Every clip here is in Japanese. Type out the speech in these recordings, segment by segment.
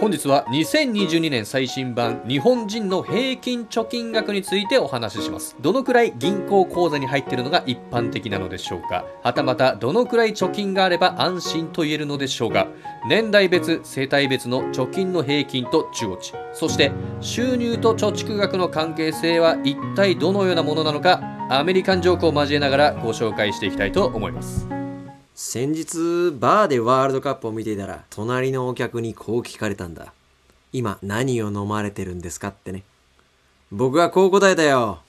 本日は2022年最新版日本人の平均貯金額についてお話ししますどのくらい銀行口座に入っているのが一般的なのでしょうかはたまたどのくらい貯金があれば安心と言えるのでしょうか年代別世帯別の貯金の平均と中落ちそして収入と貯蓄額の関係性は一体どのようなものなのかアメリカンジョークを交えながらご紹介していきたいと思います先日バーでワールドカップを見ていたら隣のお客にこう聞かれたんだ今何を飲まれてるんですかってね僕はこう答えたよ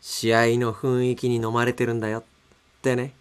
試合の雰囲気に飲まれてるんだよってね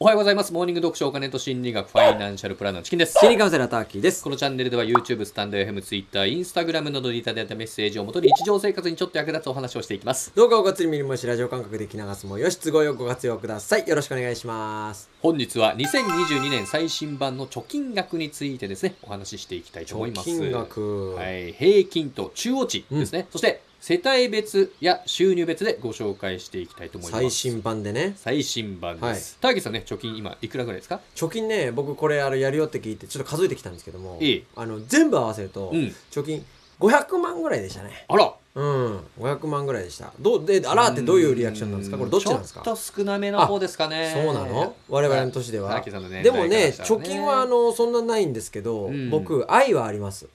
おはようございますモーニング読書お金と心理学ファイナンシャルプランナーのチキンです心理カウンセラーターキーですこのチャンネルでは YouTube、スタンド FM、Twitter、Instagram などでいただいたメッセージをもとに日常生活にちょっと役立つお話をしていきます。動画をがっつり見るもよしラジオ感覚で聞き流すもよし都合よくご活用くださいよろしくお願いします本日は2022年最新版の貯金額についてですね、お話ししていきたいと思います。金額、はい、平均と中央値ですね。そして世帯別や収入別でご紹介していきたいと思います。最新版でね最新版です。ターゲさんね、貯金今いくらぐらいですか貯金ね僕これあれやるよって聞いてちょっと数えてきたんですけどもいいあの全部合わせると、うん。貯金500万ぐらいでしたねあらうん500万ぐらいでしたどうであらってどういうリアクションなんですかこれどっちなんですかちょっと少なめの方ですかね。そうなの我々の年では、ターキーさんの年代でもからねしたら貯金はあのそんなないんですけど、うん僕愛はあります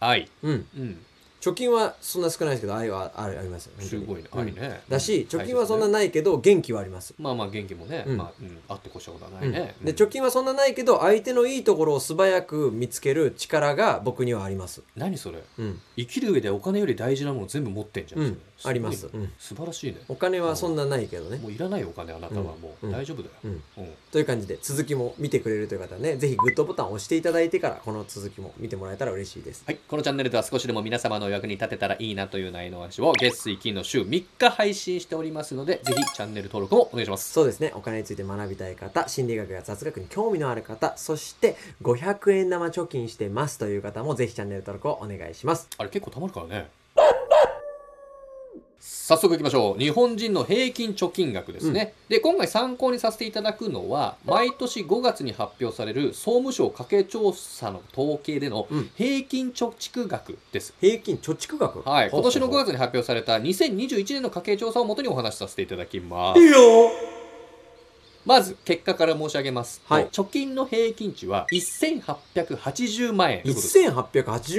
愛。うんうん。貯金はそんな少ないですけど愛はあるあります本当すにごいね。うん愛ね。だし貯金はそんなねないけど元気はあります、まあまあ元気もね、うんまあ、うん、あってこしょうがなういんね。でうん貯金はそんなないけど相手のいいところを素早く見つける力が僕にはあります、何それうん、生きる上でお金より大事なもの全部持ってんじゃん。うんそれごいねありますうん素晴らしいね。お金はそんなないけどねもういらないよお金あなたはもう、うん大丈夫だよ。うんうんという感じで続きも見てくれるという方はねぜひグッドボタンを押していただいてからこの続きも見てもらえたら嬉しいですはい、このチャンネルでは少しでも皆様のお役に立てたらいいなという内容の話を月水金の週3日配信しておりますのでぜひチャンネル登録もお願いしますそうですねお金について学びたい方心理学や雑学に興味のある方そして500円玉貯金してますという方もぜひチャンネル登録をお願いしますあれ結構たまるからね早速いきましょう日本人の平均貯金額ですね、で今回参考にさせていただくのは毎年5月に発表される総務省家計調査の統計でのうん平均貯蓄額です、平均貯蓄額はい、今ほうほう年の5月に発表された2021年の家計調査をもとにお話しさせていただきますいいよまず結果から申し上げますと、はい貯金の平均値は1880万円ということです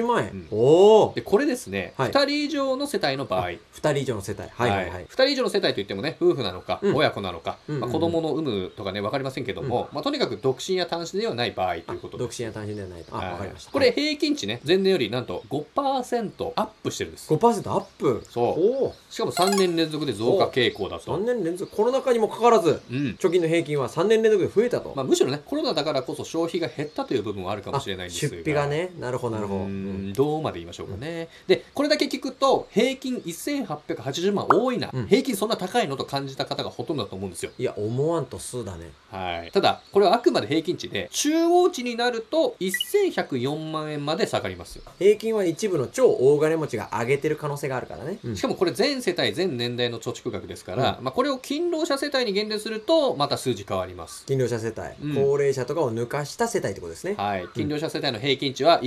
1880万円、うんおおでこれですね、はい2人以上の世帯の場合2人以上の世帯はいはいはい、 2人以上の世帯といってもね夫婦なのか、うん親子なのか、うんうんまあ、子供の有無とかね分かりませんけども、まあ、とにかく独身や単身ではない場合ということ独です身や単身ではないとあ、はわいかりましたこはれい平均値ね前年よりなんと5%アップしてるんです5%アップおそうおしかも3年連続で増加傾向だ3と、年連続コロナ禍にもかかわらずうん貯金の平均は3年連続で増えたと、まあ、むしろねコロナだからこそ消費が減ったという部分はあるかもしれないんですが出費がねなるほどなるほどうーうんんどうまで言いましょうかね、でこれだけ聞くと平均1880万多いな、うん平均そんな高いのと感じた方がほとんどだと思うんですよ、いや思わんと数だねはい、ただこれはあくまで平均値で中央値になると1104万円まで下がります平均は一部の超大金持ちが上げてる可能性があるからね、しかもこれ全世帯全年代の貯蓄額ですから、まあ、これを勤労者世帯に減定するとまた数字変わります勤労者世帯、うん高齢者とかを抜かした世帯ってことですねはい、勤労者世帯の平均値は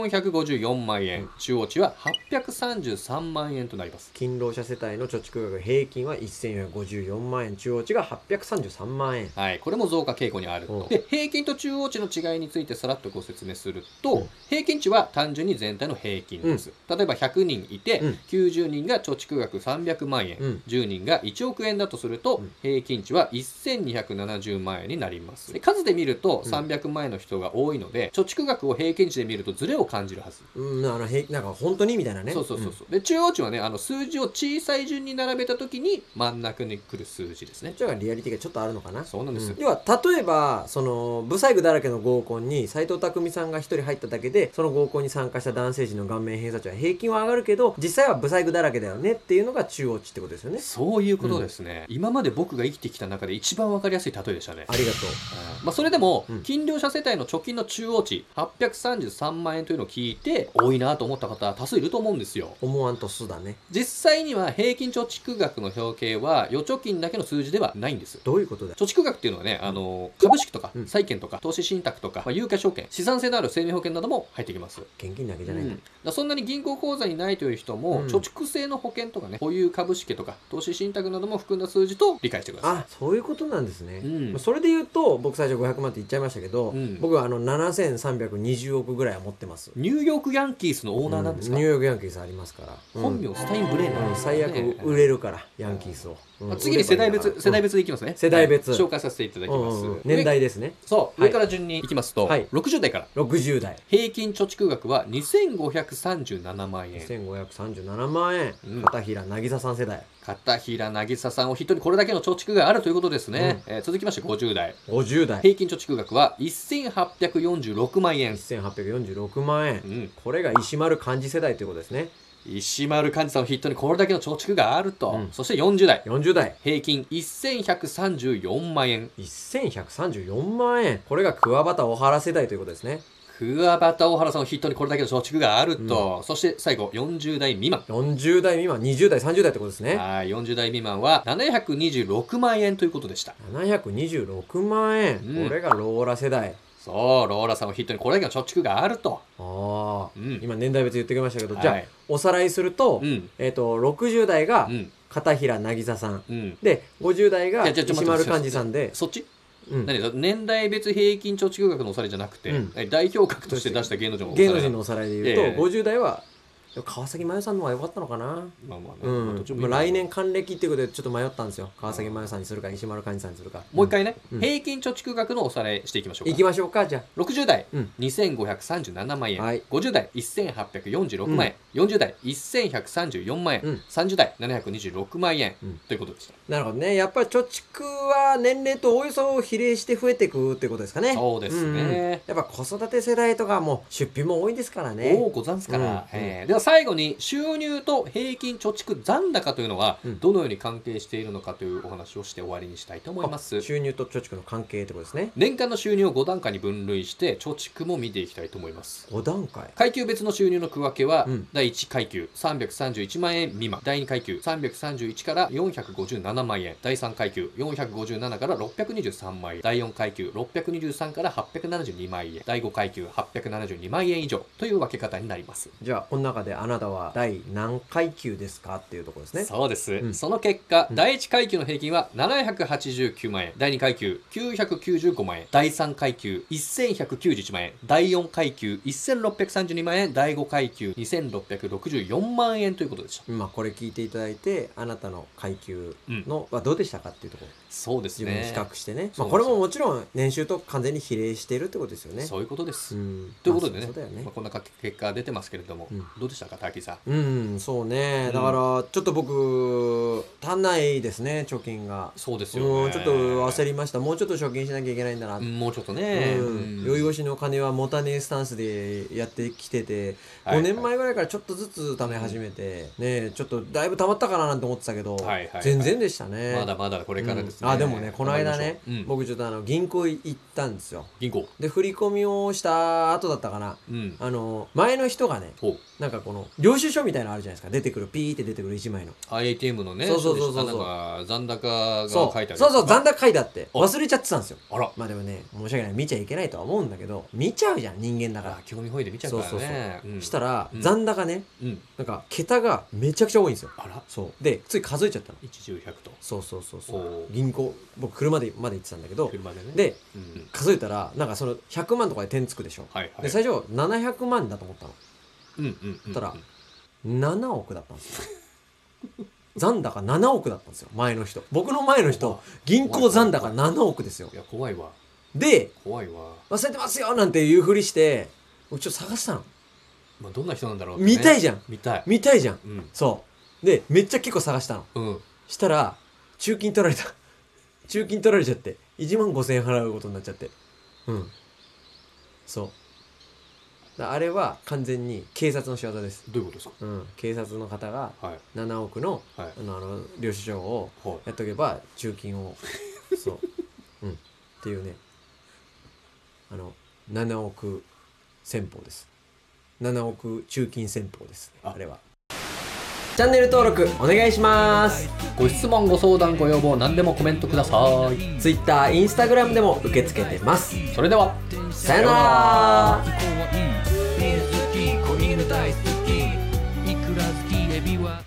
1454万円、うん中央値は833万円となります勤労者世帯の貯蓄額平均は1454万円中央値が833万円はい、これも増加傾向にあるうんと。で、平均と中央値の違いについてさらっとご説明すると、うん平均値は単純に全体の平均です。例えば100人いて、うん90人が貯蓄額300万円、うん10人が1億円だとすると、うん平均値は1270万円になります。で数で見るとうん300万円の人が多いので、貯蓄額を平均値で見るとズレを感じるはず。うんあの平なんか本当にみたいなねそうそうそうそう。で、中央値はね、あの数字を小さい順に並べた時に真ん中に来る数字ですねこっ。ちがリアリティがちょっとあるのかなそうなんですよん要は例えばその不細工だらけの合コンに斎藤工さんが一人入っただけでその合コンに参加した男性陣の顔面偏差値は平均は上がるけど実際は不細工だらけだよねっていうのが中央値ってことですよねそういうことですね、今まで僕が生きてきた中で一番分かりやすい例えでしたね。ありがとう。まあ、それでもうん、金両者世帯の貯金の中央値、833万円というのを聞いて、多いなと思った方、多数いると思うんですよ。思わんとすだね。実際には平均貯蓄額の表計は、預貯金だけの数字ではないんです。どういうことだ貯蓄額っていうのはね、あの、株式とかうん、債券とか、投資信託とか、まあ、有価証券、資産性のある生命保険なども入ってきます。現金だけじゃうないんだん、だからそんなに銀行口座にないという人も、うん貯蓄性の保険とかね、保有株式とか、投資信託なども含んだ数字と理解してください。あそういうことなんですね、うんまあそれで言うと僕最初500万って言っちゃいましたけど、うん僕はあの7320億ぐらいは持ってますニューヨークヤンキースのオーナーなんですか、うニューヨークヤンキースありますから本名、スタイン・ブレーナー、うんね最悪売れるからヤンキースを、うんあ次に世代別、世代別別でいきますね。世代別はい紹介させていただきます。年上代ですねそう、はい上から順にいきますと、はい60代から。 60代平均貯蓄額は2537万円。 1537万円、うん片平渚さん世代片平渚さんを一人これだけの貯蓄があるということですね。えー続きまして50代。 50代平均貯蓄額は1846万円。 1846万円、うん、これが石丸幹事世代ということですね石丸幹二さんを筆頭にこれだけの貯蓄があると、うんそして40代40代平均1134万円1134万円これが桑畑小原世代ということですね桑畑大原さんを筆頭にこれだけの貯蓄があると、そして最後40代未満40代未満20代30代ってことですねはい40代未満は726万円ということでした726万円、うんこれがローラ世代そうローラさんを筆頭にこれだけの貯蓄があるとああ、うん今年代別言ってきましたけど、はいじゃあおさらいすると,、うんえっと60代がうん片平渚さんうんで50代がいやちょちょ石丸幹二さんで、そっち、うん、何年代別平均貯蓄額のおさらいじゃなくて、うんえ代表格として出した芸能人のおさらい芸な能人のおさらいで言うと、ええ50代は川崎麻世さんの方が良かったのかなまあまあね、うん、どっちもいいまあんだけど来年還暦っていうことでちょっと迷ったんですよ川崎麻世さんにするか石丸幹二さんにするかもう一回ね、うん平均貯蓄額のおさらいしていきましょう行か。きましょうかじゃあ60代、うん2537万円、はい50代1846万円、40代1134万円、うん30代726万円、うんということでした。なるほどねやっぱり貯蓄は年齢とおよそ比例して増えていくってことですかねそうですんうんね。やっぱ子育て世代とかも出費も多いですからねおおござんすから、うんうんえーでは最後に収入と平均貯蓄残高というのはうんどのように関係しているのかというお話をして終わりにしたいと思います収入と貯蓄の関係ってことですね年間の収入を5段階に分類して貯蓄も見ていきたいと思います5段階階級別の収入の区分けは、うん第1階級331万円未満第2階級331から457万円第3階級457から623万円第4階級623から872万円第5階級872万円以上という分け方になります、じゃあこの中であなたは第何階級ですかっていうところですねそうです、うんその結果、うん第1階級の平均は789万円第2階級995万円第3階級1191万円第4階級1632万円第5階級2664万円ということでした今これ聞いていただいてあなたの階級のはどうでしたかっていうところそうです自分でね比較してねそまうあ、なんこれですよももちろん年収と完全に比例しているってことですよねそういうことです、うんということでね,、まあそうだよねまあ、こんな結果が出てますけれども、うんどうでしたか滝さんうんそうね、うんだからちょっと僕足んないですね貯金がそうですよねうんちょっと焦りましたもうちょっと貯金しなきゃいけないんだな、ううんんもうちょっとね、うん酔い越しの金は持たねえスタンスでやってきてて、はい5年前ぐらいからちょっとずつ貯め始めて、ねえちょっとだいぶ貯まったかななんて思ってたけど、いはいはい全然でしたねまだまだこれからですね、うんあでもねこの頑間ね、張りましょううん僕ちょっとあの銀行行ったんですよ銀行で振り込みをした後だったかなうんあの前の人がねほうなんかこの領収書みたいなのあるじゃないですか出てくるピーって出てくる1枚の IATM のね、そうそうそうそうでしたなんか残高が書そういてある。そうそう残高書いてあってあ忘れちゃってたんですよあら、まあでもね申し訳ない見ちゃいけないとは思うんだけど見ちゃうじゃん人間だあから興味本位で見ちゃうからね。うんした、ら、うん残高ねうん、なんか桁がめちゃくちゃ多いんですよあら、そうでつい数えちゃったの一重百と。そうそうそうそおうー銀行僕車でまで行ってたんだけど車でね。、でうん、数えたらなんかその100万とかで点つくでしょ、はいはい。で最初700万だと思ったのうんうんうん。たら7億だったんですよ 残高7億だったんですよ前の人僕の前の人銀行残高7億ですよいや、怖いわ。で怖いわ。忘れてますよなんていうふりして僕ちょっと探したのまあ、どんな人なんだろう、見たいじゃん。見たい。見たいじゃんうん。そうでめっちゃ結構探したのうん。したら中金取られた 中金取られちゃって1万5000円払うことになっちゃってうんそうだあれは完全に警察の仕業ですどういうことですうん警察の方がかはい。 7億のはい。あのあの領収書をはい。やっとけば中金をそ ううん、っていうねあの7億戦法です7億中金戦法です、あれはチャンネル登録お願いしますご質問、ご相談、ご要望、何でもコメントください。 Twitter、Instagram でも受け付けてますそれでは。さよなら怖い水着子犬大好き